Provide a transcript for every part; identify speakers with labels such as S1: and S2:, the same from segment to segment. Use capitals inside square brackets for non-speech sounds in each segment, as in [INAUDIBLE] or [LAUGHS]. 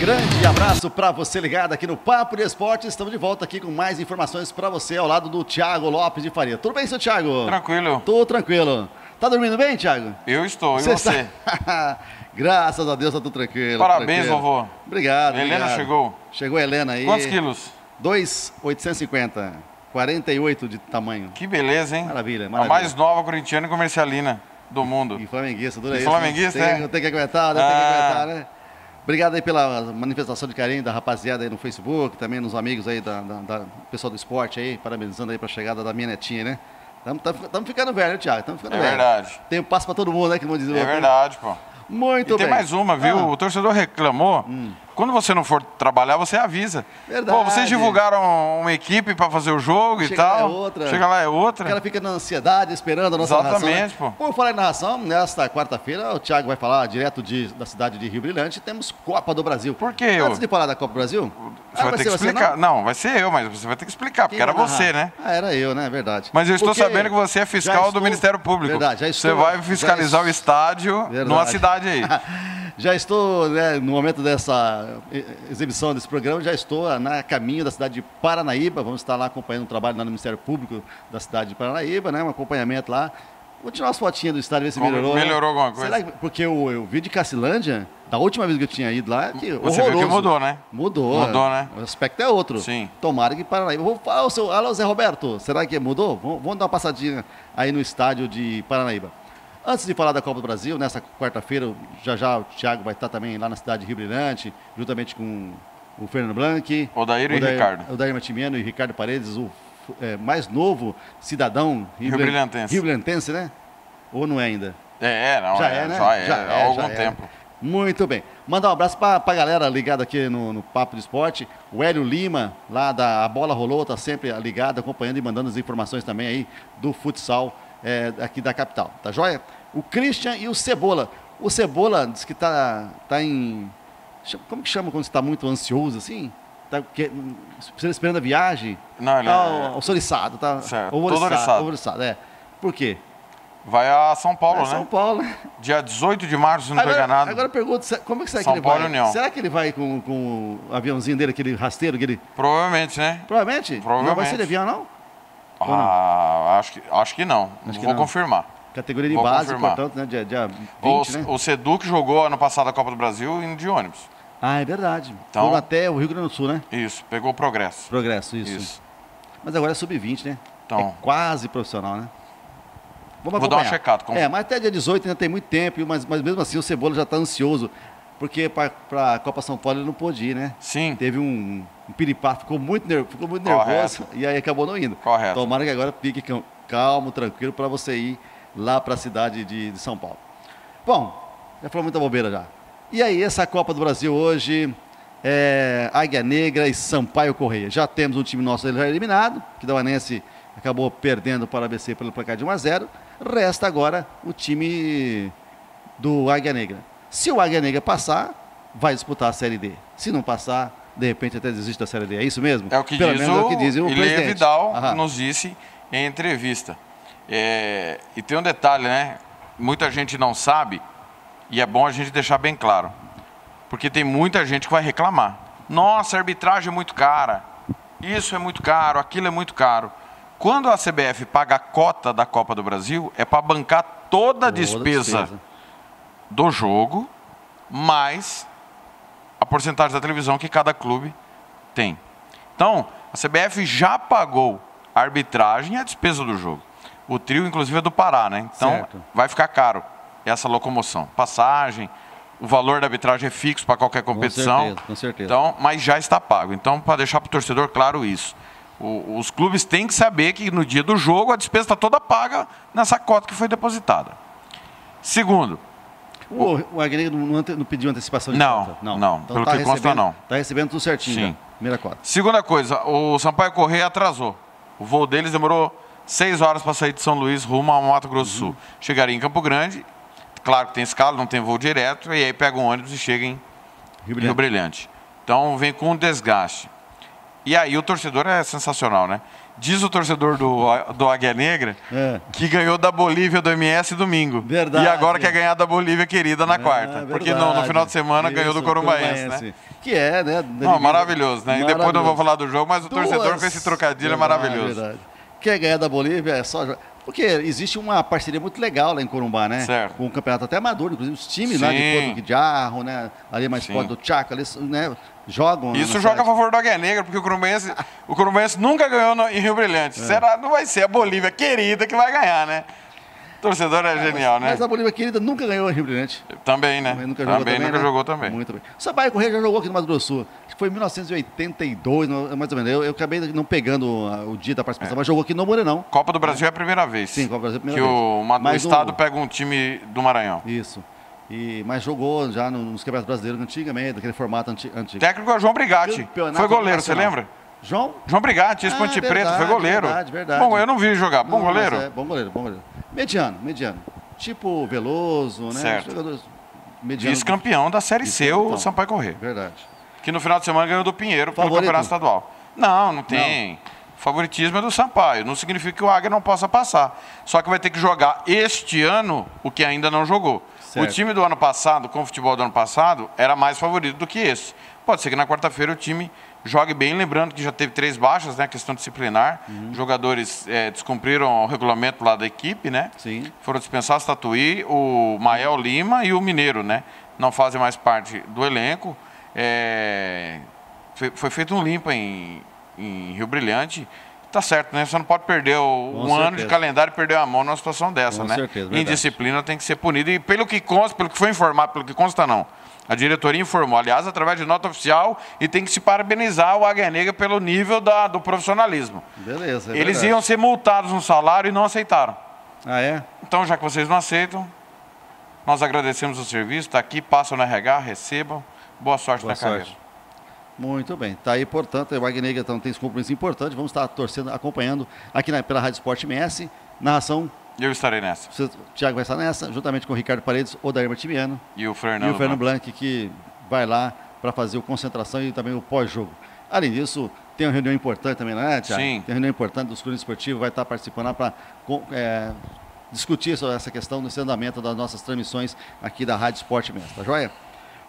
S1: grande abraço para você ligado aqui no Papo de Esporte. Estamos de volta aqui com mais informações para você ao lado do Thiago Lopes de Faria. Tudo bem, seu Thiago?
S2: Tranquilo.
S1: Tô tranquilo. Tá dormindo bem, Thiago?
S2: Eu estou, e você?
S1: tá- [LAUGHS] Graças a Deus, tá tudo tranquilo.
S2: Parabéns,
S1: tranquilo.
S2: vovô.
S1: Obrigado.
S2: Helena
S1: obrigado.
S2: chegou.
S1: Chegou a Helena aí.
S2: Quantos quilos?
S1: 2,850. 48 de tamanho.
S2: Que beleza, hein?
S1: Maravilha,
S2: A
S1: maravilha.
S2: mais nova corintiana e comercialina do mundo. É
S1: E flamenguista, dura
S2: E
S1: isso.
S2: flamenguista,
S1: né? tem,
S2: é?
S1: Tem que aguentar, né? Tem que
S2: Ah.
S1: aguentar, né? Obrigado aí pela manifestação de carinho da rapaziada aí no Facebook, também nos amigos aí, da, da- da- pessoal do esporte aí, parabenizando aí pra chegada da minha netinha, né? Estamos ficando velho, né, Thiago? Estamos ficando
S2: É
S1: velho.
S2: verdade.
S1: Tem um passo pra todo mundo, né? Que não diz o
S2: É
S1: outro, né?
S2: verdade, pô.
S1: Muito
S2: E
S1: bem.
S2: tem mais uma, viu?
S1: Ah. Hum.
S2: O torcedor reclamou. Quando você não for trabalhar, você avisa.
S1: Verdade.
S2: Pô, vocês divulgaram uma equipe pra fazer o jogo e
S1: Chega lá
S2: tal.
S1: é outra.
S2: Chega lá é outra.
S1: O cara fica na ansiedade esperando a nossa
S2: Exatamente,
S1: narração. né? Por falar em narração, nesta quarta-feira o Thiago vai falar direto de- da cidade de Rio Brilhante. Temos Copa do Brasil.
S2: Por quê,
S1: Antes
S2: ô?
S1: de falar da Copa do Brasil,
S2: Você
S1: Ah,
S2: vai ter que
S1: ser
S2: explicar. não? vai ser eu, mas você vai ter que explicar,
S1: Quem
S2: porque era
S1: vai
S2: você,
S1: narrar?
S2: né?
S1: Ah, era eu, né? Verdade.
S2: Mas eu estou
S1: Porque
S2: sabendo que você é
S1: já
S2: fiscal do
S1: estou-
S2: Ministério Público.
S1: Verdade, já estou.
S2: Você vai fiscalizar
S1: já
S2: o estádio
S1: Verdade.
S2: numa cidade
S1: [LAUGHS]
S2: aí.
S1: Já estou, né, no momento dessa eh, exibição desse programa, já estou ah, na caminho da cidade de Paranaíba. Vamos estar lá acompanhando o trabalho lá no Ministério Público da cidade de Paranaíba, né? Um acompanhamento lá. Vou tirar umas fotinhas do estádio, ver se
S2: Como-
S1: melhorou. né?
S2: melhorou alguma coisa?
S1: Será que, porque eu, eu vi de Cacilândia, da última vez que eu tinha ido lá, que
S2: Você viu que
S1: horroroso.
S2: mudou, né?
S1: Mudou.
S2: Mudou, né?
S1: O aspecto é outro.
S2: Sim.
S1: Tomara que Paranaíba. Vou falar, o seu, alô, Zé Roberto, será que mudou? Vamos vamos dar uma passadinha aí no estádio de Paranaíba. Antes de falar da Copa do Brasil, nessa quarta-feira, já já o Thiago vai estar também lá na cidade de Rio Brilhante, juntamente com o Fernando Blanc.
S2: Odair e Ricardo.
S1: Odair Matimiano e Ricardo Paredes, o eh, mais novo cidadão
S2: Rio-brilhantense.
S1: Rio Brilhantense, né? Ou não é ainda?
S2: É, é, não.
S1: Já
S2: é,
S1: é, né?
S2: Já é, há
S1: já
S2: algum
S1: é.
S2: tempo.
S1: Muito bem. Mandar um abraço para a galera ligada aqui no, no Papo de Esporte. O Hélio Lima, lá da A Bola Rolou, está sempre ligado, acompanhando e mandando as informações também aí do futsal é, aqui da capital. Tá joia? O Christian e o Cebola. O Cebola diz que tá, tá em. chama- Como que chama quando você está muito ansioso assim? Tá que- esperando a viagem?
S2: Não, ele é-
S1: tá, o, o soliçado, tá?
S2: Certo,
S1: O
S2: todo oriçado.
S1: o oriçado, é. Por quê?
S2: Vai a São Paulo,
S1: É São
S2: né?
S1: Paulo, né?
S2: Dia 18 de março, se não
S1: Agora,
S2: pega nada.
S1: agora eu pergunto, se- como é que será
S2: São
S1: que ele
S2: Paulo
S1: vai?
S2: e União.
S1: Será que ele vai com, com o aviãozinho dele, aquele rasteiro que ele...
S2: Provavelmente, né?
S1: Provavelmente. Não vai
S2: Provavelmente.
S1: ser de avião, não? não?
S2: Ah, acho que, acho que não.
S1: Acho que
S2: Vou
S1: não.
S2: confirmar.
S1: Categoria de
S2: Vou
S1: base,
S2: confirmar.
S1: portanto, né? Dia, dia 20,
S2: O,
S1: né?
S2: o Seduc jogou ano passado a Copa do Brasil indo de ônibus.
S1: Ah, é verdade.
S2: Então-
S1: Foram até o Rio Grande do Sul, né?
S2: Isso, pegou o progresso.
S1: Progresso, isso. Mas agora é sub-20, né?
S2: Então.
S1: É quase profissional, né? Vamos
S2: Vou dar uma
S1: acompanhar.
S2: checada, como-
S1: É, mas até dia 18 ainda tem muito tempo, e- mas, mas mesmo assim o Cebola já está ansioso, porque para a Copa São Paulo ele não pôde ir, né?
S2: Sim.
S1: Teve um, um piripapo, ficou muito, ner- ficou muito nervoso e aí acabou não indo.
S2: Correto.
S1: Tomara que agora fique cam- calmo, tranquilo, para você ir lá para a cidade de, de São Paulo. Bom, já falou muita bobeira já. E aí, essa Copa do Brasil hoje, é, Águia Negra e Sampaio Correia. Já temos um time nosso já eliminado, que da Vanense acabou perdendo para o ABC pelo placar de 1 a 0 Resta agora o time do Águia Negra. Se o Águia Negra passar, vai disputar a Série D. Se não passar, de repente até desiste da Série D. É isso mesmo?
S2: É o que
S1: Pelo
S2: diz
S1: menos
S2: o,
S1: é o que diz o
S2: Ilê
S1: presidente.
S2: Vidal
S1: Aham.
S2: nos disse em entrevista. É, e tem um detalhe, né? Muita gente não sabe, e é bom a gente deixar bem claro. Porque tem muita gente que vai reclamar. Nossa, a arbitragem é muito cara. Isso é muito caro, aquilo é muito caro. Quando a CBF paga a cota da Copa do Brasil, é para bancar toda a
S1: Toda
S2: despesa do jogo, mais a porcentagem da televisão que cada clube tem. Então, a CBF já pagou a arbitragem e a despesa do jogo. O trio, inclusive, é do Pará, né? Então,
S1: Certo.
S2: vai ficar caro essa locomoção. Passagem, o valor da arbitragem é fixo para qualquer competição.
S1: certeza, com certeza.
S2: Então, mas já está pago. Então, para deixar para o torcedor claro isso. O- os clubes têm que saber que no dia do jogo a despesa está toda paga nessa cota que foi depositada. Segundo,
S1: O, o Águia Negra não, ante- não pediu antecipação de
S2: Não,
S1: cota?
S2: não. Pelo que consta,
S1: recebendo-
S2: não.
S1: Tá recebendo tudo certinho
S2: Sim.
S1: já, primeira cota.
S2: Segunda coisa, o Sampaio Correia atrasou. O voo deles demorou seis horas para sair de São Luís rumo ao Mato Grosso do Sul. Chegaria em Campo Grande, claro que tem escala, não tem voo direto, e aí pega um ônibus e chega em
S1: Rio Brilhante.
S2: Rio Brilhante. Então vem com um desgaste. E aí o torcedor é sensacional, né? Diz o torcedor do, do Águia Negra
S1: É.
S2: que ganhou da Bolívia do MS domingo.
S1: Verdade.
S2: E agora quer ganhar da Bolívia querida na
S1: Ah,
S2: quarta. Porque no, no
S1: verdade.
S2: final de semana ganhou
S1: Isso,
S2: do Corumbaense, né?
S1: Que é, né?
S2: Não, maravilhoso, né? E depois não vou falar do jogo, mas o torcedor
S1: Duas-
S2: fez esse trocadilho é
S1: Verdade,
S2: maravilhoso.
S1: verdade. Quer ganhar da Bolívia é só. jo- Porque existe uma parceria muito legal lá em Corumbá, né?
S2: Certo.
S1: Com o campeonato até amador, inclusive os times lá de
S2: Sim.
S1: Porto Guijarro, né? Ali mais
S2: Sim.
S1: forte do Chaco, ali, né? Jogam.
S2: Isso
S1: na
S2: joga a
S1: cidade.
S2: favor do Águia Negra, porque o Corumbaense, o Corumbaense nunca ganhou no- em Rio Brilhante.
S1: É.
S2: Será? Não vai ser a Bolívia querida que vai ganhar, né? O torcedor é genial, né?
S1: Mas a Bolívia querida nunca ganhou o Rio Brilhante.
S2: Também, né?
S1: Também nunca jogou
S2: também,
S1: também,
S2: nunca
S1: né?
S2: jogou também.
S1: Muito bem. O Sampaio Correia já jogou aqui no Mato Grosso do Sul. Acho que Foi em 1982, no- mais ou menos. Eu, eu acabei não pegando ah, o dia da
S2: É.
S1: participação, mas jogou aqui no Morenão.
S2: Copa do Brasil é a primeira vez.
S1: Sim, Copa do Brasil é a
S2: que
S1: primeira
S2: o,
S1: vez.
S2: uma- o
S1: Mas o-
S2: Estado pega um time do Maranhão.
S1: Isso. E, mas jogou já no- nos campeonatos brasileiros antigamente, daquele formato anti-
S2: O
S1: antigo.
S2: técnico é João Brigatti.
S1: Campeonato
S2: Foi goleiro, você
S1: nacional.
S2: lembra?
S1: João?
S2: João Brigatti,
S1: Ah,
S2: ex-ponte
S1: verdade,
S2: preta, foi goleiro.
S1: verdade, verdade.
S2: Bom, eu não vi jogar. Ah, Bom
S1: Não, mas
S2: goleiro?
S1: é, bom goleiro, bom goleiro. Mediano, mediano. Tipo Veloso, né?
S2: Certo.
S1: Jogadores mediano.
S2: Vice-campeão da Série C, o
S1: Vice-campeão.
S2: Sampaio Corrêa.
S1: Verdade.
S2: Que no final de semana ganhou do Pinheiro pelo
S1: Favorito?
S2: Campeonato Estadual. Não, não tem. O favoritismo é do Sampaio. Não significa que o Águia não possa passar. Só que vai ter que jogar este ano o que ainda não jogou.
S1: Certo.
S2: O time do ano passado, com o futebol do ano passado, era mais favorito do que esse. Pode ser que na quarta-feira o time jogue bem, lembrando que já teve três baixas, né? Questão disciplinar.
S1: Uhum.
S2: Jogadores eh, descumpriram o regulamento lá da equipe, né?
S1: Sim.
S2: Foram dispensados Tatuí, o Mael Lima e o Mineiro, né? Não fazem mais parte do elenco. É, Foi, foi feito um limpa em, em Rio Brilhante. Tá certo, né? Você não pode perder o- um
S1: Com
S2: ano de
S1: certeza.
S2: calendário e perder a mão numa situação dessa,
S1: Com
S2: né?
S1: certeza, verdade.
S2: Indisciplina tem que ser punida. E pelo que consta, pelo que foi informado, pelo que consta não. A diretoria informou, aliás, através de nota oficial, e tem que se parabenizar o Águia Negra pelo nível da- do profissionalismo.
S1: Beleza. é
S2: Eles
S1: verdade.
S2: iam ser multados no salário e não aceitaram.
S1: Ah, é?
S2: Então, já que vocês não aceitam, nós agradecemos o serviço, está aqui, passam no RH, recebam. Boa sorte
S1: Boa
S2: na carreira.
S1: sorte. Muito bem. Tá aí, portanto, o Wagner então tem esse compromisso importante. Vamos estar torcendo, acompanhando aqui na, pela Rádio Esporte MS. Narração,
S2: Eu estarei nessa.
S1: o Thiago vai estar nessa, juntamente com o Ricardo Paredes, Odair Martimiano
S2: E o Fernando.
S1: e o Fernando
S2: Blanc.
S1: Blanc, que vai lá para fazer o concentração e também o pós-jogo. Além disso, tem uma reunião importante também, né, Thiago?
S2: Sim.
S1: Tem uma reunião importante dos clubes esportivos, vai estar participando lá para discutir sobre essa questão do andamento das nossas transmissões aqui da Rádio Esporte mesmo, tá joia?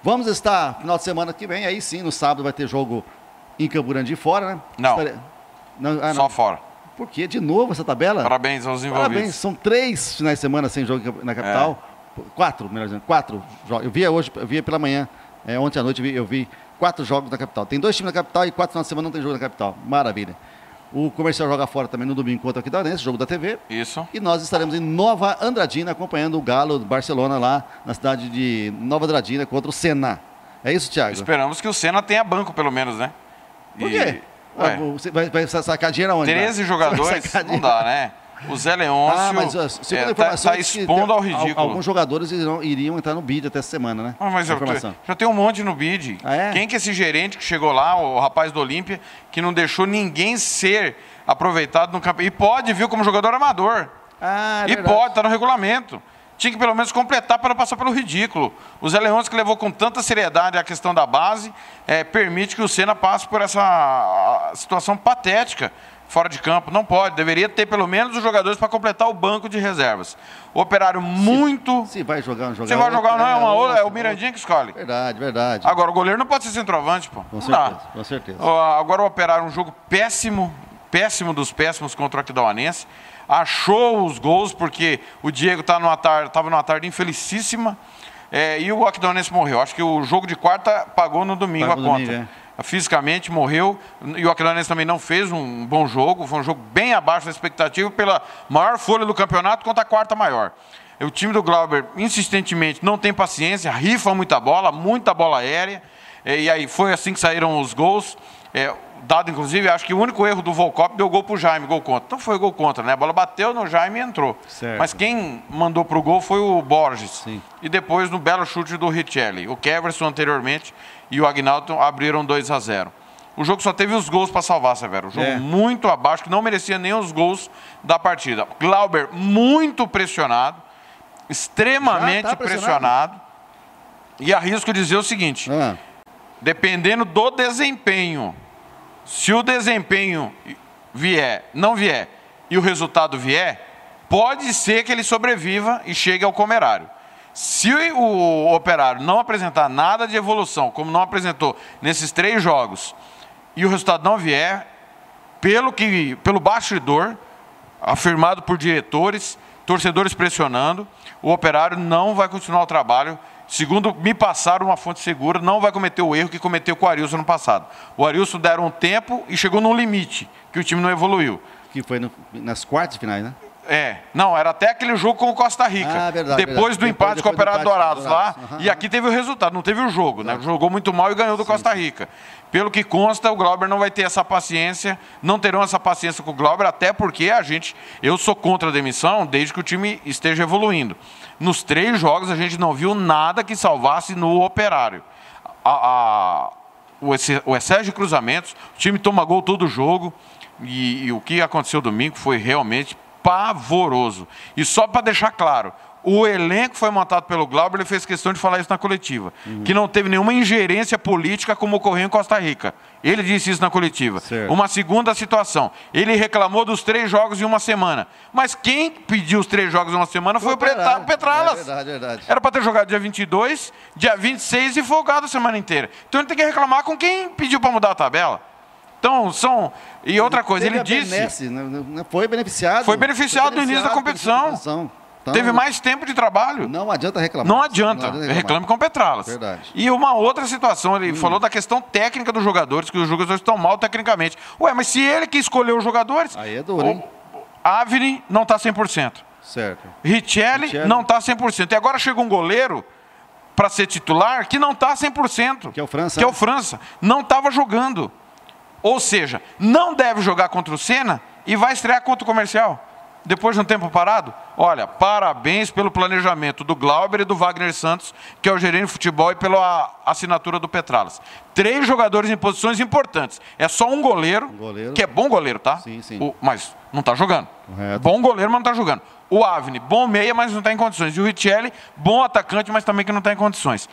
S1: Vamos estar final de semana que vem, aí sim, no sábado vai ter jogo em Campo Grande e fora, né?
S2: Não.
S1: Estare- Não, ah,
S2: Só
S1: não.
S2: fora.
S1: Por quê? De novo essa tabela?
S2: Parabéns aos envolvidos. É.
S1: Parabéns, são três finais de semana sem jogo na capital. Pô, Quatro, melhor dizendo, quatro jogos. Eu via hoje, eu via pela manhã, é, ontem à noite eu vi, eu vi quatro jogos na capital. Tem dois times na capital e quatro finais de semana não tem jogo na capital. Maravilha. O comercial joga fora também no domingo contra o Aquidarense, jogo da TV.
S2: Isso.
S1: E nós estaremos em Nova Andradina acompanhando o Galo do Barcelona lá na cidade de Nova Andradina contra o Senna. É isso, Thiago?
S2: Esperamos que o Senna tenha banco, pelo menos, né?
S1: Por
S2: E- é,
S1: quê?
S2: Ué,
S1: Ah, você vai, vai sacar dinheiro aonde?
S2: 13
S1: Vai? Vai
S2: jogadores,
S1: sacar
S2: não
S1: dinheiro-
S2: dá, né? O Zé Leôncio
S1: Ah, mas ó, segundo a
S2: é, tá,
S1: informação
S2: tá
S1: diz que
S2: expondo
S1: tem-
S2: ao
S1: al-
S2: ridículo.
S1: Alguns jogadores irão- iriam entrar no bid até essa semana, né?
S2: Ah, mas
S1: Essa
S2: eu tô-
S1: informação.
S2: já tem um monte no bid.
S1: Ah, é?
S2: Quem que é esse gerente que chegou lá, o rapaz do Olímpia, que não deixou ninguém ser aproveitado no campeonato? E pode, viu, como jogador amador.
S1: Ah, é
S2: e
S1: verdade.
S2: pode, tá no regulamento. Tinha que pelo menos completar para não passar pelo ridículo. O Zé Leôncio, que levou com tanta seriedade a questão da base, eh, permite que o Senna passe por essa ah, situação patética fora de campo. Não pode, deveria ter pelo menos os jogadores para completar o banco de reservas. O operário muito.
S1: Se vai jogar, não jogar.
S2: Você vai
S1: outro,
S2: jogar ou não, é, uma outra, é o
S1: outro.
S2: Mirandinha que escolhe.
S1: Verdade, verdade.
S2: Agora, o goleiro não pode ser centroavante, pô.
S1: com
S2: não
S1: certeza,
S2: dá.
S1: com certeza.
S2: Ó, Agora o Operário, um jogo péssimo, péssimo dos péssimos contra o Aquidauanense. Achou os gols, porque o Diego tá numa tarde, tava numa tarde infelicíssima. é, e o Aquidauanense morreu. Acho que o jogo de quarta pagou no domingo
S1: Pagou
S2: a
S1: no
S2: conta.
S1: domingo, é.
S2: É. Fisicamente morreu. E o Aquidauanense também não fez um bom jogo. Foi um jogo bem abaixo da expectativa pela maior folha do campeonato contra a quarta maior. O time do Glauber, insistentemente, não tem paciência, rifa muita bola, muita bola aérea. É, E aí foi assim que saíram os gols. É, dado, inclusive, acho que o único erro do Volcop deu gol pro Jaime, gol contra. Não foi gol contra, né? A bola bateu no Jaime e entrou.
S1: Certo.
S2: Mas quem mandou pro gol foi o Borges.
S1: Sim.
S2: E depois no belo chute do Richelli. O Keverson anteriormente e o Agnaldo abriram 2 a 0 O jogo só teve os gols para salvar, Severo. Um jogo
S1: É.
S2: muito abaixo, que não merecia nem os gols da partida. Glauber muito pressionado, extremamente
S1: Já tá pressionado?
S2: pressionado. E arrisco dizer o seguinte:
S1: Ah,
S2: Dependendo do desempenho Se o desempenho vier, não vier, e o resultado vier, pode ser que ele sobreviva e chegue ao comerário. Se o operário não apresentar nada de evolução, como não apresentou nesses três jogos, e o resultado não vier, pelo, que, pelo bastidor, afirmado por diretores, torcedores pressionando, o operário não vai continuar o trabalho. Segundo me passaram uma fonte segura, não vai cometer o erro que cometeu com o Arilson no passado. O Arilson deram um tempo e chegou num limite, que o time não evoluiu.
S1: Que foi no, nas quartas finais, né?
S2: É, não, era até aquele jogo com o Costa Rica.
S1: Ah, verdade,
S2: depois
S1: verdade.
S2: do
S1: Depois-
S2: empate com o
S1: depois do
S2: Operário
S1: empate com
S2: Dourados
S1: o
S2: lá.
S1: Dourados. Aham,
S2: E aqui teve o resultado, não teve o jogo, né? Jogou muito mal e ganhou do Costa Rica. Pelo que consta, o Glauber não vai ter essa paciência, não terão essa paciência com o Glauber, até porque a gente, eu sou contra a demissão desde que o time esteja evoluindo. Nos três jogos a gente não viu nada que salvasse no Operário. A- a- o, exce- o excesso de cruzamentos, o time toma gol todo jogo. E, e o que aconteceu domingo foi realmente pavoroso. E só para deixar claro, o elenco foi montado pelo Glauber, ele fez questão de falar isso na coletiva.
S1: Uhum.
S2: Que não teve nenhuma ingerência política como ocorreu em Costa Rica. Ele disse isso na coletiva.
S1: Certo.
S2: Uma segunda situação. Ele reclamou dos três jogos em uma semana. Mas quem pediu os três jogos em uma semana foi, o Preta-
S1: Operário.
S2: Petralas.
S1: É verdade, verdade.
S2: Era para ter jogado dia 22, dia 26 e folgado a semana inteira. Então ele tem que reclamar com quem pediu para mudar a tabela. Então, são. E outra coisa,
S1: Teve
S2: ele
S1: a
S2: disse.
S1: benesse, né? Não- Foi beneficiado.
S2: Foi beneficiado no início da
S1: beneficiado,
S2: competição.
S1: beneficiou a competição.
S2: Teve
S1: Então,
S2: mais tempo de trabalho.
S1: Não adianta reclamar.
S2: Não adianta.
S1: reclamar.
S2: Reclame com o Petralas.
S1: Verdade. Hum.
S2: E uma outra situação, ele falou da questão técnica dos jogadores, que os jogadores estão mal tecnicamente. Ué, mas se ele que escolheu os jogadores.
S1: Aí é duro, hein?
S2: Avni não tá está 100%.
S1: Certo.
S2: Richelli,
S1: Richelli.
S2: não tá está 100%. E agora chega um goleiro para ser titular que não tá está 100%.
S1: Que é o França,
S2: Que é o
S1: né?
S2: França. Não estava jogando. Ou seja, não deve jogar contra o Senna e vai estrear contra o Comercial. Depois de um tempo parado, olha, parabéns pelo planejamento do Glauber e do Wagner Santos, que é o gerente de futebol, e pela assinatura do Petralas. Três jogadores em posições importantes. É só um goleiro,
S1: goleiro.
S2: que é bom goleiro, tá?
S1: Sim, sim.
S2: O- mas não está jogando.
S1: Correto.
S2: Bom goleiro, mas não está jogando. O Avni, bom meia, mas não está em condições. E o Richelli, bom atacante, mas também que não está em condições.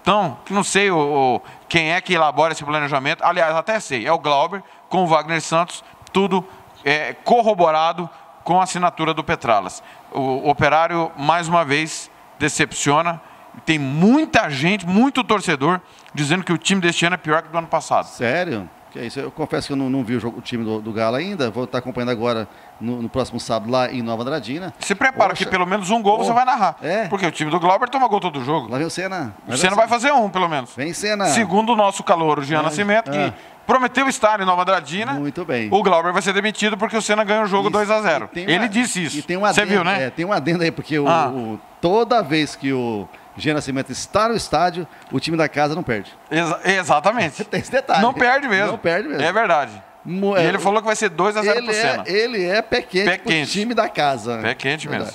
S2: Então, não sei o- o- quem é que elabora esse planejamento. Aliás, até sei. É o Glauber com o Wagner Santos. Tudo é, corroborado com a assinatura do Petralas. O operário, mais uma vez, decepciona. Tem muita gente, muito torcedor, dizendo que o time deste ano é pior que o do ano passado.
S1: Sério? Que é isso? Eu confesso que eu não, não vi o, jogo- o time do, do Galo ainda. Vou estar acompanhando agora no, no próximo sábado lá em Nova Andradina.
S2: Se prepara
S1: Poxa.
S2: que pelo menos um gol você vai narrar.
S1: É.
S2: Porque o time do Glauber toma gol todo jogo.
S1: Lá vem o Senna. Lá vem
S2: O Senna vai fazer um, pelo menos.
S1: Vem Senna.
S2: Segundo o nosso calor, o Jean Nascimento, que
S1: ah.
S2: prometeu estar em Nova Andradina.
S1: Muito bem.
S2: O Glauber vai ser demitido porque o Senna ganha o jogo
S1: Isso.
S2: 2 a 0
S1: E tem
S2: Ele
S1: uma-
S2: disse isso.
S1: E tem um adendo,
S2: Você viu, né?
S1: É, tem um adendo aí, porque o-
S2: Ah.
S1: o- toda vez que o Jean Nascimento está no estádio, o time da casa não perde.
S2: Exa- exatamente.
S1: é. [LAUGHS] Tem esse detalhe.
S2: Não perde mesmo.
S1: Não perde mesmo.
S2: É verdade.
S1: Mo-
S2: E
S1: é,
S2: ele falou que vai ser 2 a 0
S1: Ele
S2: pro Senna.
S1: é, ele é pé quente
S2: Pé
S1: pro
S2: quente.
S1: time da casa.
S2: Pé quente mesmo.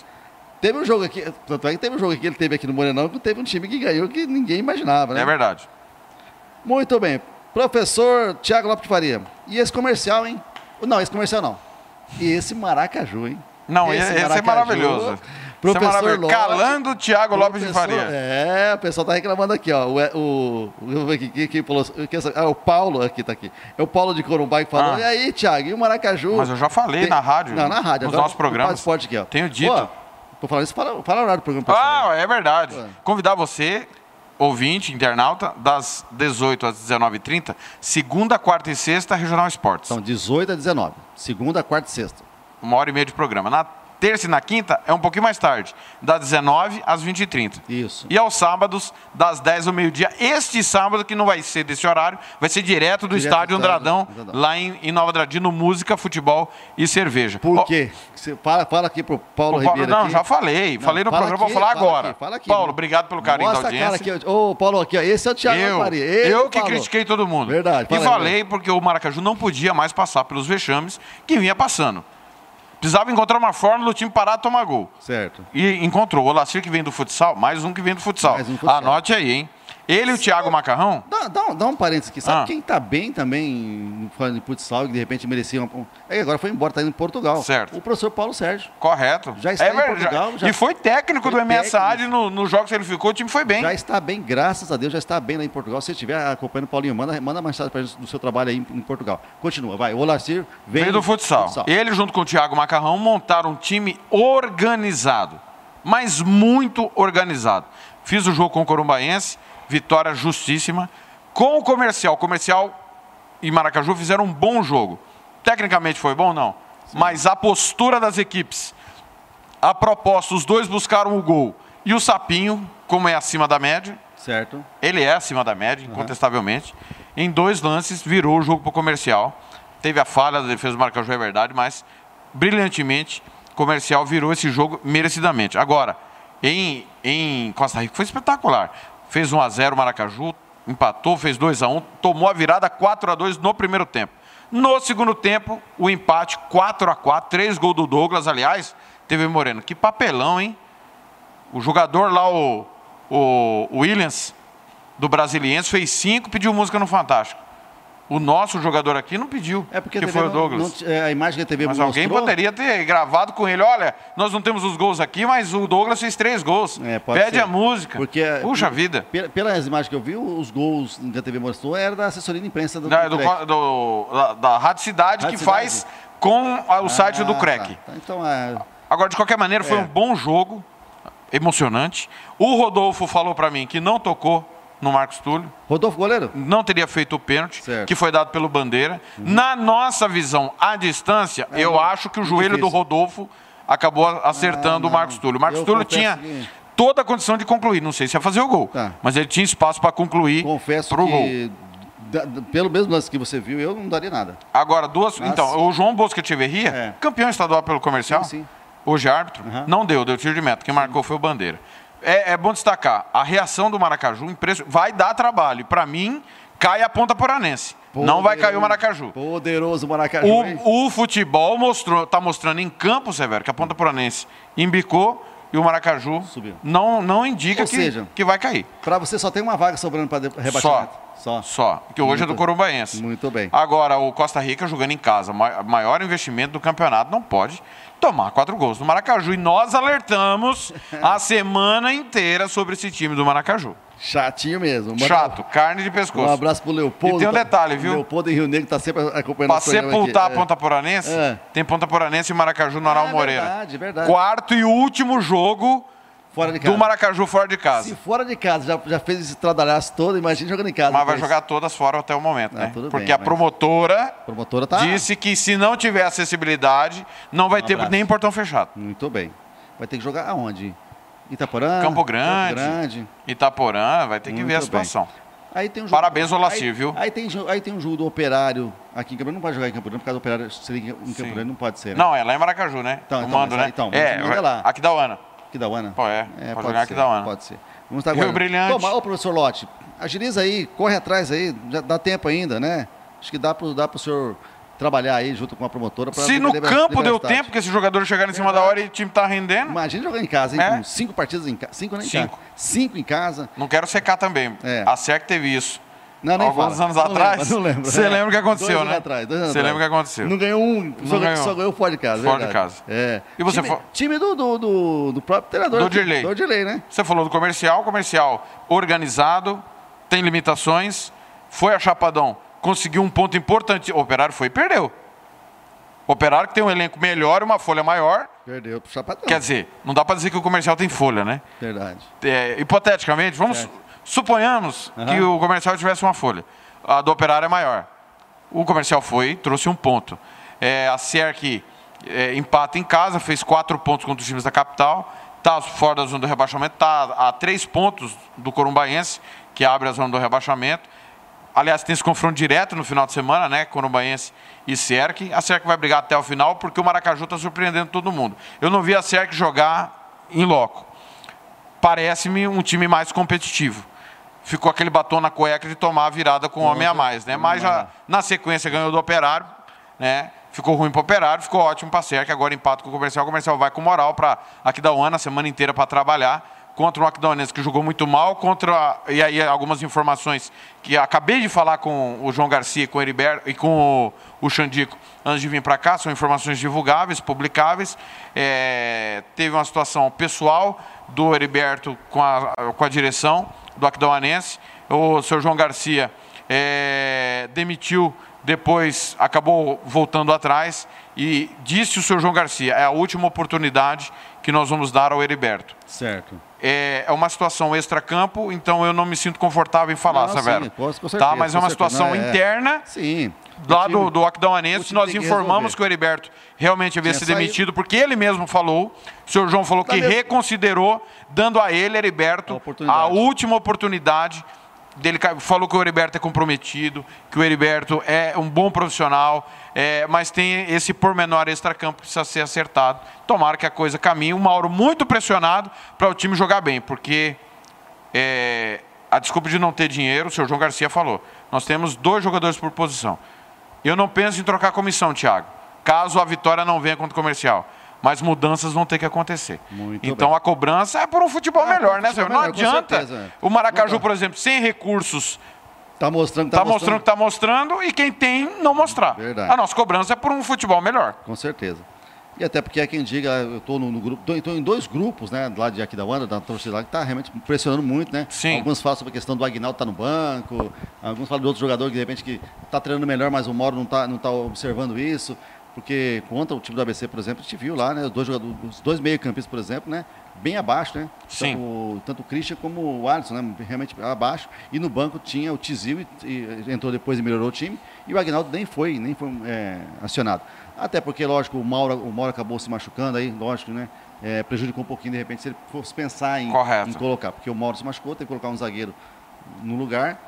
S1: Teve um jogo aqui, tanto é que teve um jogo aqui, ele teve aqui no Morenão, que teve um time que ganhou que ninguém imaginava, né?
S2: É verdade.
S1: Muito bem. Professor Tiago Lopes de Faria. E esse comercial, hein? Não, esse comercial não. E esse Maracaju, hein?
S2: Não, esse, esse é maravilhoso. Esse
S1: Professor
S2: é maravilhoso.
S1: Lopes.
S2: Calando o Thiago Lopes de
S1: Professor-
S2: Faria.
S1: É, o pessoal tá reclamando aqui, ó. O, o, o, que- que- que falou- que essa- ah, o Paulo aqui tá aqui. É o Paulo de Corumbá que falou.
S2: Ah.
S1: E aí, Thiago, e o Maracaju?
S2: Mas eu já falei na rádio,
S1: Não, na rádio.
S2: nos
S1: agora
S2: nossos
S1: no
S2: programas.
S1: Esporte aqui, ó.
S2: Tenho dito.
S1: Pô, tô falando isso, fala, fala o horário do programa. pessoal.
S2: Ah, é verdade.
S1: Ué.
S2: Convidar você, ouvinte, internauta, das 18 às 19h30, segunda, quarta e sexta, Regional Esportes.
S1: São 18 a 19. Segunda, quarta e sexta.
S2: Uma hora e meia de programa. Na terça e na quinta é um pouquinho mais tarde, das 19 às 20h30.
S1: Isso.
S2: E aos sábados, das 10 ao meio-dia. Este sábado, que não vai ser desse horário, vai ser direto do
S1: Direto
S2: estádio
S1: do estádio,
S2: Andradão,
S1: Andradão.
S2: lá em, em Nova Andradina, música, futebol e cerveja.
S1: Por
S2: Ó,
S1: quê? Você fala, fala aqui pro Paulo
S2: Ô, Paulo,
S1: Ribeiro.
S2: não,
S1: aqui.
S2: já falei. falei no
S1: fala
S2: programa,
S1: aqui,
S2: vou falar
S1: fala
S2: agora.
S1: aqui, fala aqui.
S2: Paulo, obrigado pelo carinho
S1: Mostra
S2: da
S1: a
S2: audiência.
S1: cara aqui. ó. Ô, Paulo, aqui, ó. Esse é o Thiago
S2: Eu,
S1: Faria. Ele
S2: eu que
S1: falou.
S2: critiquei todo mundo.
S1: Verdade,
S2: E
S1: fala aí,
S2: falei porque o Maracaju não podia mais passar pelos vexames que vinha passando. Precisava encontrar uma forma do time parar de tomar gol.
S1: Certo.
S2: E encontrou o Lacir que vem do futsal, mais um que vem do futsal.
S1: Mais um futsal.
S2: Anote aí, hein? Ele e o Thiago Macarrão?
S1: Dá, dá, um- dá um parênteses aqui. Sabe
S2: Ah.
S1: quem tá bem também, falando de futsal, que de repente merecia uma... É, agora foi embora, tá indo em Portugal.
S2: Certo.
S1: O professor Paulo Sérgio.
S2: Correto.
S1: Já está em
S2: ver-
S1: Portugal, já-
S2: E foi técnico
S1: Foi
S2: do MSAD
S1: técnico.
S2: no- nos jogos que ele ficou, o time foi bem.
S1: Já está bem, graças a Deus, já está bem lá em Portugal. Se estiver acompanhando o Paulinho, manda, manda uma mensagem para gente do seu trabalho aí em, em Portugal. Continua, vai. O Olacir vem
S2: Veio do futsal. Ele, junto com o Thiago Macarrão, montaram um time organizado, mas muito organizado. Fiz o jogo com o Corumbaense, vitória justíssima. Com o comercial, o comercial e Maracaju fizeram um bom jogo. Tecnicamente foi bom, não. Mas a postura das equipes, a proposta, os dois buscaram o gol. E o Sapinho, como é acima da média,
S1: Certo.
S2: ele é acima da média, incontestavelmente. Em dois lances, virou o jogo para o comercial. Teve a falha da defesa do Maracaju, é verdade, mas brilhantemente, o comercial virou esse jogo merecidamente. Agora, em, em Costa Rica foi espetacular. Fez 1x0 o Maracaju, empatou, fez 2x1, tomou a virada 4x2 no primeiro tempo. No segundo tempo, o empate 4x4, três gols do Douglas, aliás, teve Moreno. Que papelão, hein? O jogador lá, o, o Williams, do Brasiliense, fez cinco, pediu música no Fantástico. O nosso jogador aqui não pediu,
S1: É porque a
S2: que
S1: TV
S2: foi o
S1: não-
S2: Douglas.
S1: não t- é, a imagem que a TV
S2: mas
S1: mostrou...
S2: alguém poderia ter gravado com ele, olha, nós não temos os gols aqui, mas o Douglas fez três gols.
S1: É, pode
S2: Pede
S1: ser.
S2: a música.
S1: Porque, é,
S2: Puxa vida.
S1: Pela- Pelas imagens que eu vi, os gols que a TV mostrou era da assessoria de imprensa do,
S2: Da, do-
S1: Crec.
S2: do- da, da Rádio Cidade,
S1: Rádio
S2: que
S1: Cidade.
S2: faz com a- o site do
S1: Ah,
S2: CREC.
S1: tá. Então, é,
S2: Agora, de qualquer maneira, foi
S1: É.
S2: um bom jogo, emocionante. O Rodolfo falou pra mim que não tocou no Marcos Túlio,
S1: Rodolfo Goleiro?
S2: não teria feito o pênalti,
S1: Certo. Uhum.
S2: que foi dado pelo Bandeira. Na nossa visão, à distância,
S1: É um
S2: eu acho que o joelho do
S1: difícil.
S2: Rodolfo acabou acertando o
S1: Ah, não.
S2: Marcos Túlio. O Marcos
S1: Eu
S2: Túlio
S1: confesso
S2: tinha
S1: que-
S2: toda a condição de concluir, não sei se ia fazer o gol,
S1: Tá.
S2: mas ele tinha espaço pra concluir
S1: Confesso
S2: pro gol.
S1: que, da- da- pelo mesmo lance que você viu, eu não daria nada.
S2: Agora, duas.
S1: Mas-
S2: Então, o João Bosco Echeverria,
S1: É.
S2: campeão estadual pelo comercial,
S1: Sim, sim.
S2: hoje é árbitro,
S1: Uhum.
S2: não deu, deu tiro de meta. Quem marcou foi o Bandeira. É, é bom destacar, a reação do Maracaju, impresso, vai dar trabalho. Para mim, cai a ponta poranense. Não
S1: é
S2: vai
S1: um
S2: cair o Maracaju.
S1: Poderoso Maracaju. hein?
S2: O, o futebol mostrou, está mostrando em campo, Severo, que a ponta poranense embicou e o Maracaju
S1: Subiu.
S2: não, não indica
S1: Ou
S2: que,
S1: seja,
S2: que vai cair.
S1: Pra você só tem uma vaga sobrando para rebaixamento.
S2: Só. Só. Que hoje é do
S1: Muito-
S2: Corumbaense.
S1: muito bem.
S2: Agora, o Costa Rica jogando em casa, ma- maior investimento do campeonato, não pode tomar quatro gols do Maracaju. E
S1: [LAUGHS]
S2: nós alertamos a semana inteira sobre esse time do Maracaju.
S1: Chatinho mesmo. Manda
S2: Chato, carne de
S1: Um
S2: pescoço.
S1: abraço pro Leopoldo.
S2: E tem um
S1: tá-
S2: detalhe, viu?
S1: Leopoldo em Rio Negro tá sempre acompanhando
S2: Pra
S1: nosso programa
S2: sepultar
S1: aqui.
S2: a Ponta Poranense,
S1: É.
S2: tem Ponta Poranense e Maracaju no Aral
S1: É
S2: Moreira.
S1: verdade, verdade.
S2: Quarto e último jogo
S1: É, fora de casa.
S2: do Maracaju fora de casa.
S1: Se fora de casa já, já fez esse tradalhaço todo, imagina jogando em casa.
S2: Mas vai
S1: depois.
S2: jogar todas fora até o momento,
S1: Ah,
S2: né?
S1: tudo
S2: Porque
S1: bem,
S2: a
S1: mas-
S2: promotora
S1: A promotora tá.
S2: disse que se não tiver acessibilidade, não vai
S1: Um
S2: ter
S1: abraço.
S2: nem portão fechado.
S1: Muito bem. Vai ter que jogar aonde? Itaporã?
S2: Campo
S1: Campo
S2: Grande.
S1: Grande.
S2: Itaporã vai ter que ver a
S1: Muito bem.
S2: situação.
S1: Aí tem um
S2: Parabéns ao Lacir,
S1: aí,
S2: viu?
S1: Aí tem, jo- aí tem um jogo do Operário aqui em Campo Grande. Não pode jogar em Campo Grande, por causa do Operário ser em em Campo
S2: Sim.
S1: Grande não pode ser. Né?
S2: Não, é lá em Maracaju, né?
S1: Então, então,
S2: Comando,
S1: mas
S2: né?
S1: aí, então,
S2: é,
S1: manda lá.
S2: aqui da Ana.
S1: Aqui da UANA?
S2: Pô, é. Pode jogar aqui
S1: ser,
S2: da UANA.
S1: Pode ser. Vamos estar
S2: Rio
S1: agora.
S2: Brilhante.
S1: Toma, ô professor Lote, agiliza aí, corre atrás aí, já dá tempo ainda, né? Acho que dá para dá o senhor trabalhar aí junto com a promotora. pra
S2: Se no
S1: liberar-
S2: campo
S1: liberar
S2: deu
S1: o estádio.
S2: tempo que esses jogadores chegaram em cima da hora e o time tá rendendo,
S1: Imagina jogar em casa, hein?
S2: É.
S1: Com cinco partidas em casa. Cinco, né? Em
S2: Cinco.
S1: Casa. Cinco em casa.
S2: não quero secar também.
S1: É.
S2: A SEC teve isso.
S1: Não, nem
S2: Alguns
S1: fala.
S2: anos
S1: Não
S2: atrás.
S1: lembro, não lembro.
S2: Você
S1: É.
S2: lembra o que aconteceu,
S1: Dois anos
S2: né?
S1: atrás, dois anos
S2: Você lembra o
S1: atrás.
S2: que aconteceu.
S1: Não ganhou um, só,
S2: Não
S1: ganhou.
S2: ganhou.
S1: só ganhou fora de casa.
S2: Fora de
S1: verdade.
S2: casa.
S1: É.
S2: E você
S1: time,
S2: foi-
S1: time do, do, do, do próprio treinador.
S2: Do
S1: aqui,
S2: Dirley.
S1: Do Dirley, né?
S2: Você falou do comercial, comercial organizado, tem limitações. Foi a Chapadão, conseguiu um ponto importante. O Operário foi e perdeu. O Operário que tem um elenco melhor, uma folha maior.
S1: Perdeu pro Chapadão.
S2: Quer dizer, não dá para dizer que o comercial tem folha, né?
S1: Verdade.
S2: É, hipoteticamente, vamos suponhamos
S1: Aham.
S2: que o comercial tivesse uma folha. A do operário é maior. O comercial foi e trouxe um ponto. É, a CERC é, empata em casa, fez quatro pontos contra os times da capital, está fora da zona do rebaixamento, está a três pontos do Corumbaense, que abre a zona do rebaixamento. Aliás, tem esse confronto direto no final de semana, né? Corumbaense e CERC. A CERC vai brigar até o final, porque o Maracaju está surpreendendo todo mundo. Eu não vi a CERC jogar em loco parece-me um time mais competitivo. Ficou aquele batom na cueca de tomar a virada com um homem a mais, né? Mas já, na sequência ganhou do Operário, né? Ficou ruim para o Operário, ficou ótimo para a Cerca, agora empate com o Comercial. O Comercial vai com moral para aqui da UANA, a semana inteira para trabalhar. contra o Macdonense, que jogou muito mal, contra. E aí algumas informações que acabei de falar com o João Garcia, com o Heriberto e com o, o Xandico antes de vir para cá, são informações divulgáveis, publicáveis. É, teve uma situação pessoal do Heriberto com a, com a direção do Acdawanense. O senhor João Garcia é, demitiu, depois acabou voltando atrás e disse o senhor João Garcia, é a última oportunidade que nós vamos dar ao Heriberto.
S1: Certo.
S2: É, é uma situação extra-campo, então eu não me sinto confortável em falar,
S1: Não,
S2: Severo.
S1: sim, posso- com
S2: tá,
S1: certeza,
S2: mas é
S1: com
S2: uma
S1: certeza.
S2: situação
S1: Não, é.
S2: interna
S1: Sim.
S2: lá
S1: O time-
S2: do, do
S1: o
S2: Aquidauanense,
S1: time
S2: nós
S1: tem que
S2: informamos
S1: resolver.
S2: que o Heriberto realmente havia
S1: Tinha
S2: sido
S1: saído.
S2: demitido, porque ele mesmo falou, o senhor João falou
S1: Tá
S2: que
S1: mesmo.
S2: reconsiderou, dando a ele,
S1: A
S2: Heriberto, a,
S1: oportunidade.
S2: última oportunidade. Dele ca- falou que o Heriberto é comprometido, que o Heriberto é um bom profissional, é, mas tem esse pormenor extracampo que precisa ser acertado. Tomara que a coisa caminhe. O Mauro muito pressionado para o time jogar bem, porque é, a desculpa de não ter dinheiro, o senhor João Garcia falou. Nós temos dois jogadores por posição. Eu não penso em trocar comissão, Thiago, caso a vitória não venha contra o comercial. Mas mudanças vão ter que acontecer.
S1: Muito
S2: então
S1: bem.
S2: a cobrança é por um futebol
S1: Ah, por
S2: melhor,
S1: um
S2: né,
S1: futebol
S2: senhor? Não
S1: melhor, com
S2: adianta.
S1: certeza.
S2: O Maracaju,
S1: Não dá.
S2: por exemplo, sem recursos,
S1: Tá mostrando que
S2: está mostrando que está mostrando e quem tem, não mostrar.
S1: Verdade.
S2: A nossa cobrança é por um futebol melhor.
S1: Com certeza. E até porque é quem diga, eu estou no, no grupo, tô, tô em dois grupos, né, lá de aqui da Wanda, da torcida lá, que está realmente pressionando muito, né?
S2: Sim.
S1: Alguns falam sobre a questão do Agnaldo tá no banco, alguns falam de outro jogador que de repente que tá treinando melhor, mas o Mauro não está não tá observando isso, porque contra o time do ABC, por exemplo, a gente viu lá, né, os dois jogadores, os dois meio-campistas, por exemplo, né, bem abaixo, né?
S2: Sim.
S1: Tanto o, tanto o Christian como o Alisson, né, realmente abaixo, e no banco tinha o Tizil, e, e entrou depois e melhorou o time, e o Agnaldo nem foi, nem foi é, acionado. Até porque, lógico, o Mauro, o Mauro acabou se machucando aí, lógico, né, é, prejudicou um pouquinho, de repente, se ele fosse pensar em,
S2: Correto.
S1: em colocar, porque o Mauro se machucou, teve que colocar um zagueiro no lugar,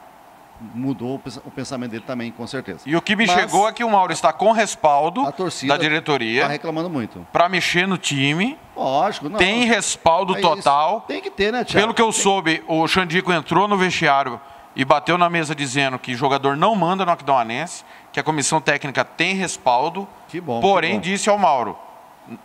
S1: mudou o pens- o pensamento dele também, com certeza.
S2: E o que me
S1: Mas
S2: chegou é que o Mauro está com respaldo
S1: a torcida
S2: da diretoria
S1: Tá reclamando muito.
S2: para mexer no time.
S1: Lógico, não. É
S2: tem respaldo
S1: Mas
S2: total.
S1: Tem que ter, né, Thiago?
S2: Pelo que eu soube, o Xandico entrou no vestiário e bateu na mesa dizendo que jogador não manda no Aquidauanense, que a comissão técnica tem respaldo.
S1: Que bom,
S2: Porém,
S1: que bom.
S2: disse ao Mauro: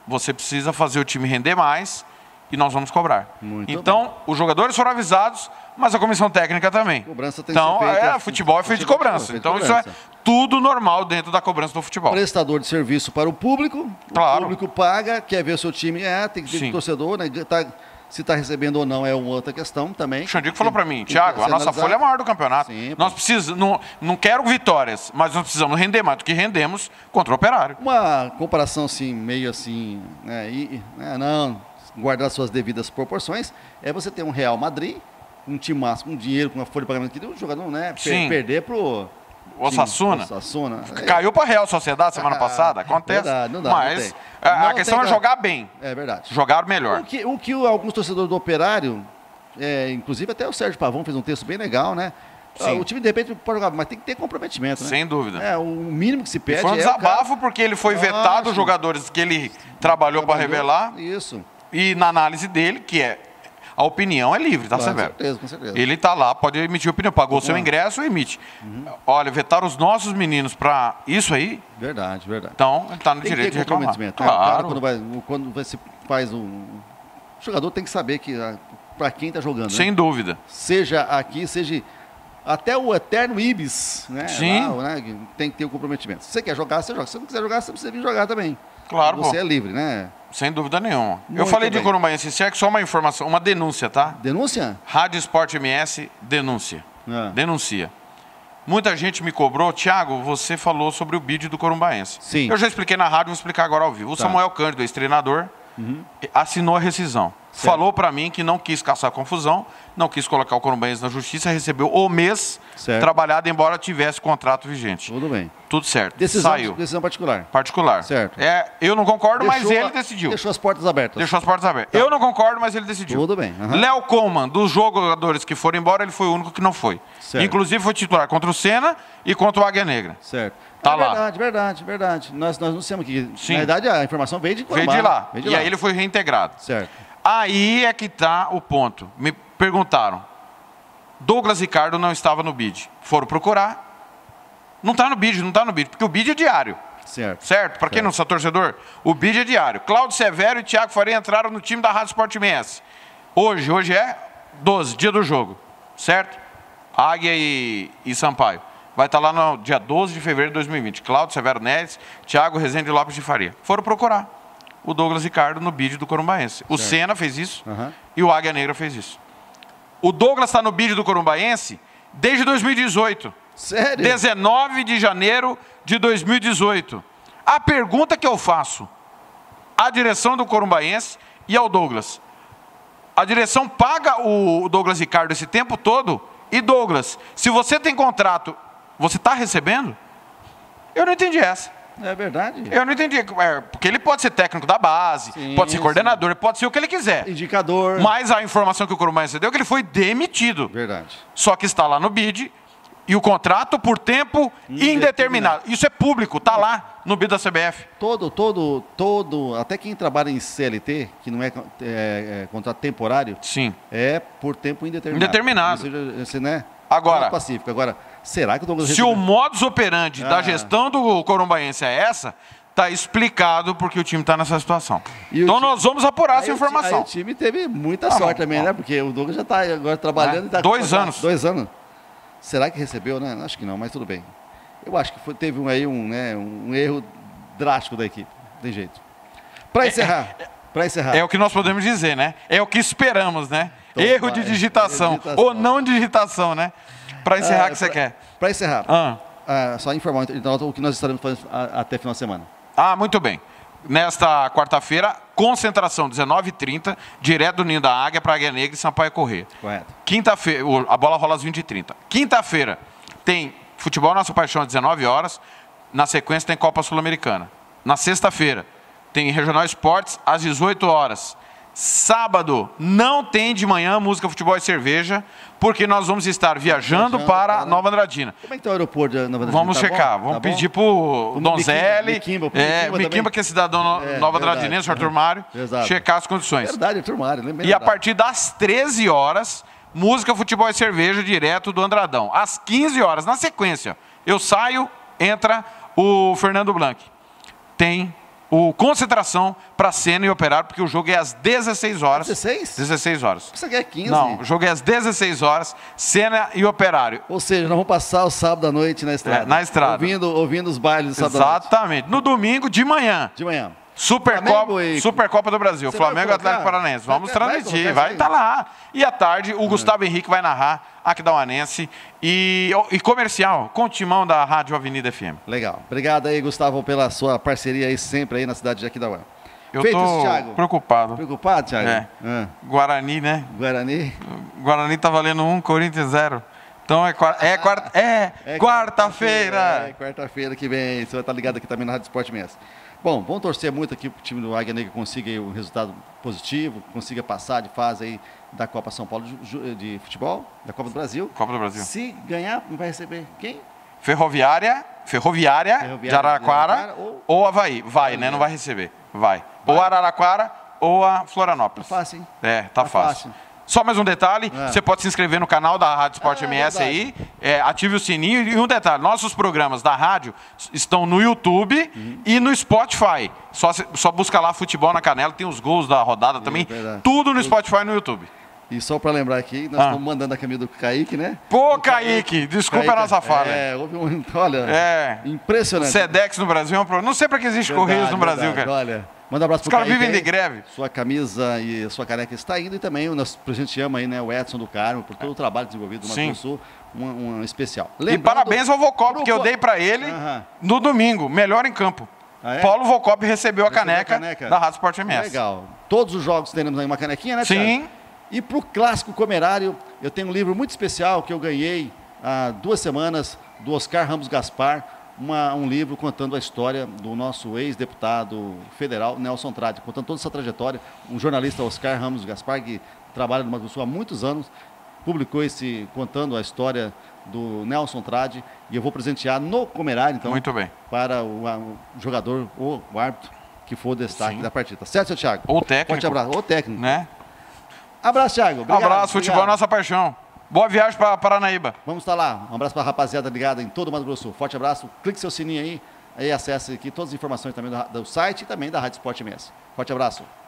S2: você precisa fazer o time render mais e nós vamos cobrar.
S1: Muito
S2: então, os jogadores foram avisados, mas a comissão técnica também.
S1: Cobrança tem que
S2: então,
S1: ser feita.
S2: é, futebol é feito de
S1: Futebol é
S2: cobrança.
S1: feito de
S2: Então, isso
S1: cobrança.
S2: é tudo normal dentro da cobrança do futebol.
S1: prestador de serviço para o público.
S2: Claro.
S1: O público paga, quer ver o seu time. É, tem que ver
S2: Sim.
S1: o torcedor, né? Tá- se está recebendo ou não é uma outra questão também.
S2: O Xandico falou
S1: Tem-
S2: para mim,
S1: tem que
S2: Thiago,
S1: ser
S2: a nossa
S1: analisado.
S2: folha é maior do campeonato.
S1: Sim, pô.
S2: nós precisamos, não, não quero vitórias, mas nós precisamos render mais do que rendemos contra o Operário.
S1: Uma comparação assim, meio assim, né? E, e- né, não, guardar suas devidas proporções, é você ter um Real Madrid, um time máximo, um dinheiro com uma folha de pagamento que tem um jogador, né? per-
S2: Sim.
S1: perder pro.
S2: O Osasuna.
S1: Osasuna.
S2: Caiu para Real Sociedade semana
S1: Ah,
S2: passada, acontece.
S1: verdade, não dá, não
S2: mas
S1: tem.
S2: a- a
S1: Não
S2: questão
S1: tem
S2: é
S1: como.
S2: jogar bem,
S1: É verdade.
S2: jogar
S1: O
S2: melhor.
S1: que, o que o- alguns torcedores do Operário, é, inclusive até o Sérgio Pavão fez um texto bem legal, né?
S2: Sim.
S1: Ah, O time de repente pode jogar, mas tem que ter comprometimento, né?
S2: Sem dúvida.
S1: É, o mínimo que se
S2: E
S1: pede
S2: foi um
S1: é o cara-
S2: desabafo porque ele foi vetado
S1: Lógico.
S2: os jogadores que ele trabalhou para
S1: trabalhou.
S2: revelar
S1: Isso.
S2: e na análise dele, que é a opinião é livre, tá
S1: Com
S2: severo.
S1: certeza, com certeza.
S2: Ele está lá, pode emitir opinião, pagou
S1: Uhum.
S2: seu ingresso, emite. Olha, vetaram os nossos meninos para isso aí,
S1: Verdade, verdade.
S2: Então, ele está no
S1: tem
S2: direito
S1: que ter
S2: de reclamar.
S1: comprometimento. né? O cara,
S2: Claro,
S1: quando vai, quando vai- se faz um... O jogador tem que saber que para quem está jogando, né?
S2: sem dúvida.
S1: seja aqui, seja até o eterno Ibis, né?
S2: Sim.
S1: Lá, né, que Tem que ter o comprometimento. Se você quer jogar, você joga. Se você não quiser jogar, você precisa vir jogar também.
S2: Claro,
S1: Você
S2: pô.
S1: é livre, né?
S2: Sem dúvida nenhuma. eu
S1: Muito
S2: falei de
S1: bem.
S2: Corumbaense Cerco, só uma informação, uma denúncia, tá?
S1: Denúncia?
S2: Rádio Esporte MS, denúncia.
S1: Ah.
S2: Denuncia. Muita gente me cobrou, Thiago, você falou sobre o vídeo do Corumbaense.
S1: Sim.
S2: Eu já expliquei na rádio, vou explicar agora ao vivo. O
S1: Tá. Uhum.
S2: Samuel Cândido, ex-treinador, assinou a rescisão. Falou pra mim que não quis caçar confusão, não quis colocar o Corumbaense na justiça, recebeu o mês
S1: Certo.
S2: trabalhado, embora tivesse contrato vigente.
S1: Tudo bem.
S2: Tudo certo.
S1: Decisão,
S2: Saiu.
S1: decisão particular.
S2: particular.
S1: Certo.
S2: É, eu não concordo, mas
S1: Deixou a-
S2: ele decidiu. Deixou,
S1: Deixou as portas abertas.
S2: as portas abertas. Eu não concordo, mas ele decidiu.
S1: Tudo bem, aham.
S2: Léo Coman, dos jogadores que foram embora, ele foi o único que não foi.
S1: Certo.
S2: Inclusive foi titular contra o Senna e contra o Águia Negra.
S1: Certo.
S2: Tá
S1: é
S2: lá.
S1: Verdade, verdade, verdade. Nós, nós não temos que.
S2: Sim.
S1: Na verdade, a informação veio de
S2: Veio
S1: Corumbá.
S2: de lá.
S1: Veio
S2: e aí ele foi reintegrado.
S1: Certo.
S2: Aí é que tá o ponto. Me perguntaram. Douglas Ricardo não estava no bid. Foram procurar. Não está no bid, não está no bid, porque o bid é diário.
S1: Certo.
S2: Certo? Para quem
S1: Certo.
S2: não é torcedor, o bid é diário. Cláudio Severo e Thiago Faria entraram no time da Rádio Sport MS. Hoje, hoje é 12, dia do jogo, certo? Águia e, e Sampaio. Vai estar lá no dia 12 de fevereiro de 2020. Cláudio Severo Neres, Thiago Rezende e Lopes de Faria. Foram procurar o Douglas Ricardo no bid do Corumbaense. O
S1: Certo.
S2: Senna fez isso
S1: Aham.
S2: e o Águia Negra fez isso. O Douglas está no bid do Corumbaense desde 2018.
S1: Sério?
S2: 19 de janeiro de 2018. A pergunta que eu faço à direção do Corumbaense e ao Douglas. A direção paga o Douglas Ricardo esse tempo todo e Douglas, se você tem contrato, você está recebendo? Eu não entendi essa.
S1: É verdade.
S2: Eu não entendi. É, porque ele pode ser técnico da base,
S1: Sim,
S2: pode ser
S1: sim.
S2: coordenador, pode ser o que ele quiser.
S1: Indicador.
S2: Mas a informação que o Corumbaense deu é que ele foi demitido.
S1: Verdade.
S2: Só que está lá no BID e o contrato por tempo
S1: Indeterminado.
S2: indeterminado. Isso é público, está lá no BID da CBF.
S1: Todo, todo, todo, até quem trabalha em CLT, que não é, con- é, é contrato temporário,
S2: Sim.
S1: é por tempo indeterminado.
S2: Indeterminado.
S1: Ou seja, assim, né?
S2: Agora-
S1: Contrato Pacífico. Agora, será que o Douglas
S2: Se
S1: recebeu-
S2: o modus operandi
S1: Ah.
S2: da gestão do Corumbaense é essa, está explicado porque o time está nessa situação.
S1: E o
S2: então
S1: ti-
S2: nós vamos apurar
S1: Aí
S2: essa
S1: o ti- aí
S2: informação. Ah,
S1: o time teve muita
S2: não,
S1: sorte também,
S2: não.
S1: né? Porque o Douglas já está agora trabalhando.
S2: É,
S1: e tá-
S2: dois
S1: tá-
S2: anos.
S1: Dois anos. Será que recebeu, né? Acho que não, mas tudo bem. Eu acho que foi- teve um, aí um, né, um erro drástico da equipe. Não Tem jeito. Para encerrar, para encerrar.
S2: É o que nós podemos dizer, né? É o que esperamos, né?
S1: Então,
S2: Erro de
S1: vai.
S2: digitação,
S1: Digitação.
S2: ou não digitação, né? Para encerrar o que você quer.
S1: Para É, encerrar,
S2: Ah.
S1: ah, só informar então, o que nós estaremos fazendo a- até final de semana.
S2: Ah, muito bem. Nesta quarta-feira, concentração 19h30, direto do Ninho da Águia para Águia Negra e Sampaio Corrêa.
S1: Correto.
S2: Quinta-feira, o- a bola rola às 20h30. Quinta-feira tem Futebol Nossa Paixão às 19 horas. Na sequência tem Copa Sul-Americana. Na sexta-feira tem Regional Esportes às 18 horas. Sábado não tem de manhã música, futebol e cerveja, porque nós vamos estar viajando,
S1: Viajando
S2: para,
S1: para-
S2: Nova Andradina.
S1: Como é que está o aeroporto de Nova Andradina?
S2: Vamos
S1: Tá bom?
S2: checar,
S1: Tá
S2: vamos
S1: bom?
S2: pedir pro
S1: Pro
S2: Donzelli,
S1: Miquimba, Miquimba, pro
S2: é,
S1: Miquimba
S2: Miquimba,
S1: também.
S2: que é cidadão
S1: É,
S2: nova
S1: verdade,
S2: Dradinense,
S1: aham.
S2: Arthur Mário,
S1: Exato.
S2: checar as condições.
S1: Verdade, Arthur Mário. lembrei
S2: E a
S1: verdade.
S2: partir das 13 horas, música, futebol e cerveja direto do Andradão. Às 15 horas, na sequência, eu saio, entra o Fernando Blanc. Tem o concentração para Sena e Operário, porque o jogo é às 16 horas.
S1: 16?
S2: 16 horas.
S1: Você quer 15?
S2: Não, o jogo é às 16 horas, Sena e Operário.
S1: Ou seja, nós vamos passar o sábado à noite na estrada.
S2: É, na estrada.
S1: Ouvindo, ouvindo os bailes do sábado à noite.
S2: Exatamente. No domingo de manhã.
S1: De manhã. Flamengo
S2: Supercopa,
S1: e-
S2: Supercopa do Brasil,
S1: Você
S2: Flamengo e
S1: vai
S2: Atlético
S1: colocar?
S2: Paranaense. Vamos
S1: Vai- vai colocar
S2: transmitir,
S1: isso
S2: vai
S1: aí? Hum.
S2: estar lá. E à tarde, o Gustavo Henrique vai narrar Aquidauanense e, e comercial, com o timão da Rádio Avenida FM.
S1: Legal. Obrigado aí, Gustavo, pela sua parceria aí sempre aí na cidade de Aquidauã.
S2: Eu
S1: Feito isso,
S2: tô
S1: Thiago.
S2: preocupado.
S1: Preocupado, Thiago?
S2: É.
S1: Ah,
S2: Guarani, né?
S1: Guarani.
S2: Guarani tá valendo um, Corinthians zero. Então é, quar- é, quarta- é
S1: É É
S2: quarta-feira.
S1: quarta-feira é. que vem. Você vai estar ligado aqui também na Rádio Esporte Mestre. Bom, vamos torcer muito aqui para o time do Águia Negra consiga aí um resultado positivo, consiga passar de fase aí da Copa São Paulo de, ju- de futebol, da Copa do Brasil.
S2: Copa do Brasil.
S1: Se ganhar, vai receber quem?
S2: Ferroviária, ferroviária,
S1: Ferroviária
S2: de Araraquara
S1: de Araraquara ou-
S2: ou... Havaí. Vai, né? Não vai receber. Vai. Ou Araraquara ou a Florianópolis.
S1: Tá fácil, hein?
S2: É, tá,
S1: Tá fácil.
S2: fácil. Só mais um detalhe,
S1: É.
S2: você pode se inscrever no canal da Rádio Sport
S1: Ah, é
S2: MS
S1: verdade.
S2: aí, é, ative o sininho e um detalhe, nossos programas da rádio s- estão no YouTube
S1: Uhum.
S2: e no Spotify. Só, se- só busca lá Futebol na Canela, tem os gols da rodada também,
S1: É verdade.
S2: tudo no Spotify e no YouTube.
S1: E só para lembrar aqui, nós
S2: Ah.
S1: estamos mandando a camisa do Kaique, né?
S2: Pô, Kaique, desculpa
S1: Kaique,
S2: a nossa falha.
S1: É, houve um. [LAUGHS] Olha,
S2: É.
S1: impressionante.
S2: Sedex no Brasil é um problema. Não sei pra que existe
S1: Verdade,
S2: Correios no Brasil,
S1: verdade.
S2: cara.
S1: Olha, manda um abraço
S2: Os
S1: pro
S2: caras
S1: Kaique
S2: vivem de
S1: aí.
S2: greve.
S1: Sua camisa e a sua caneca está indo e também o nosso presidente ama aí, né? O Edson do Carmo, por todo o trabalho desenvolvido no Mato
S2: Sim.
S1: Grosso do Sul, um, um especial.
S2: E parabéns ao Vocop, que eu dei pra ele
S1: Aham.
S2: no domingo, melhor em campo.
S1: Ah, é?
S2: Paulo Vocop recebeu a caneca, da Rádio Sport MS.
S1: Legal. Todos os jogos teremos aí uma canequinha, né, Thiago?
S2: Sim.
S1: E pro clássico comerário, eu tenho um livro muito especial que eu ganhei há duas semanas do Oscar Ramos Gaspar. uma- um livro contando a história do nosso ex-deputado federal, Nelson Trade, contando toda essa trajetória. Um jornalista, Oscar Ramos Gaspar, que trabalha no Mato Grosso há muitos anos, publicou esse, contando a história do Nelson Trade. E eu vou presentear no Comerário, então,
S2: Muito bem.
S1: para o, a- o jogador ou o árbitro que for o destaque
S2: Sim.
S1: da partida. Certo, seu Thiago?
S2: Ou técnico.
S1: Forte abraço. Ou técnico.
S2: Né?
S1: Abraço, Thiago. Obrigado,
S2: abraço, futebol é
S1: obrigado.
S2: nossa paixão. Boa viagem para Paranaíba.
S1: Vamos estar lá. Um abraço para a rapaziada ligada em todo o Mato Grosso. do Sul. Forte abraço. Clique seu sininho aí e acesse aqui todas as informações também do, ra- do site e também da Rádio Sport MS. Forte abraço.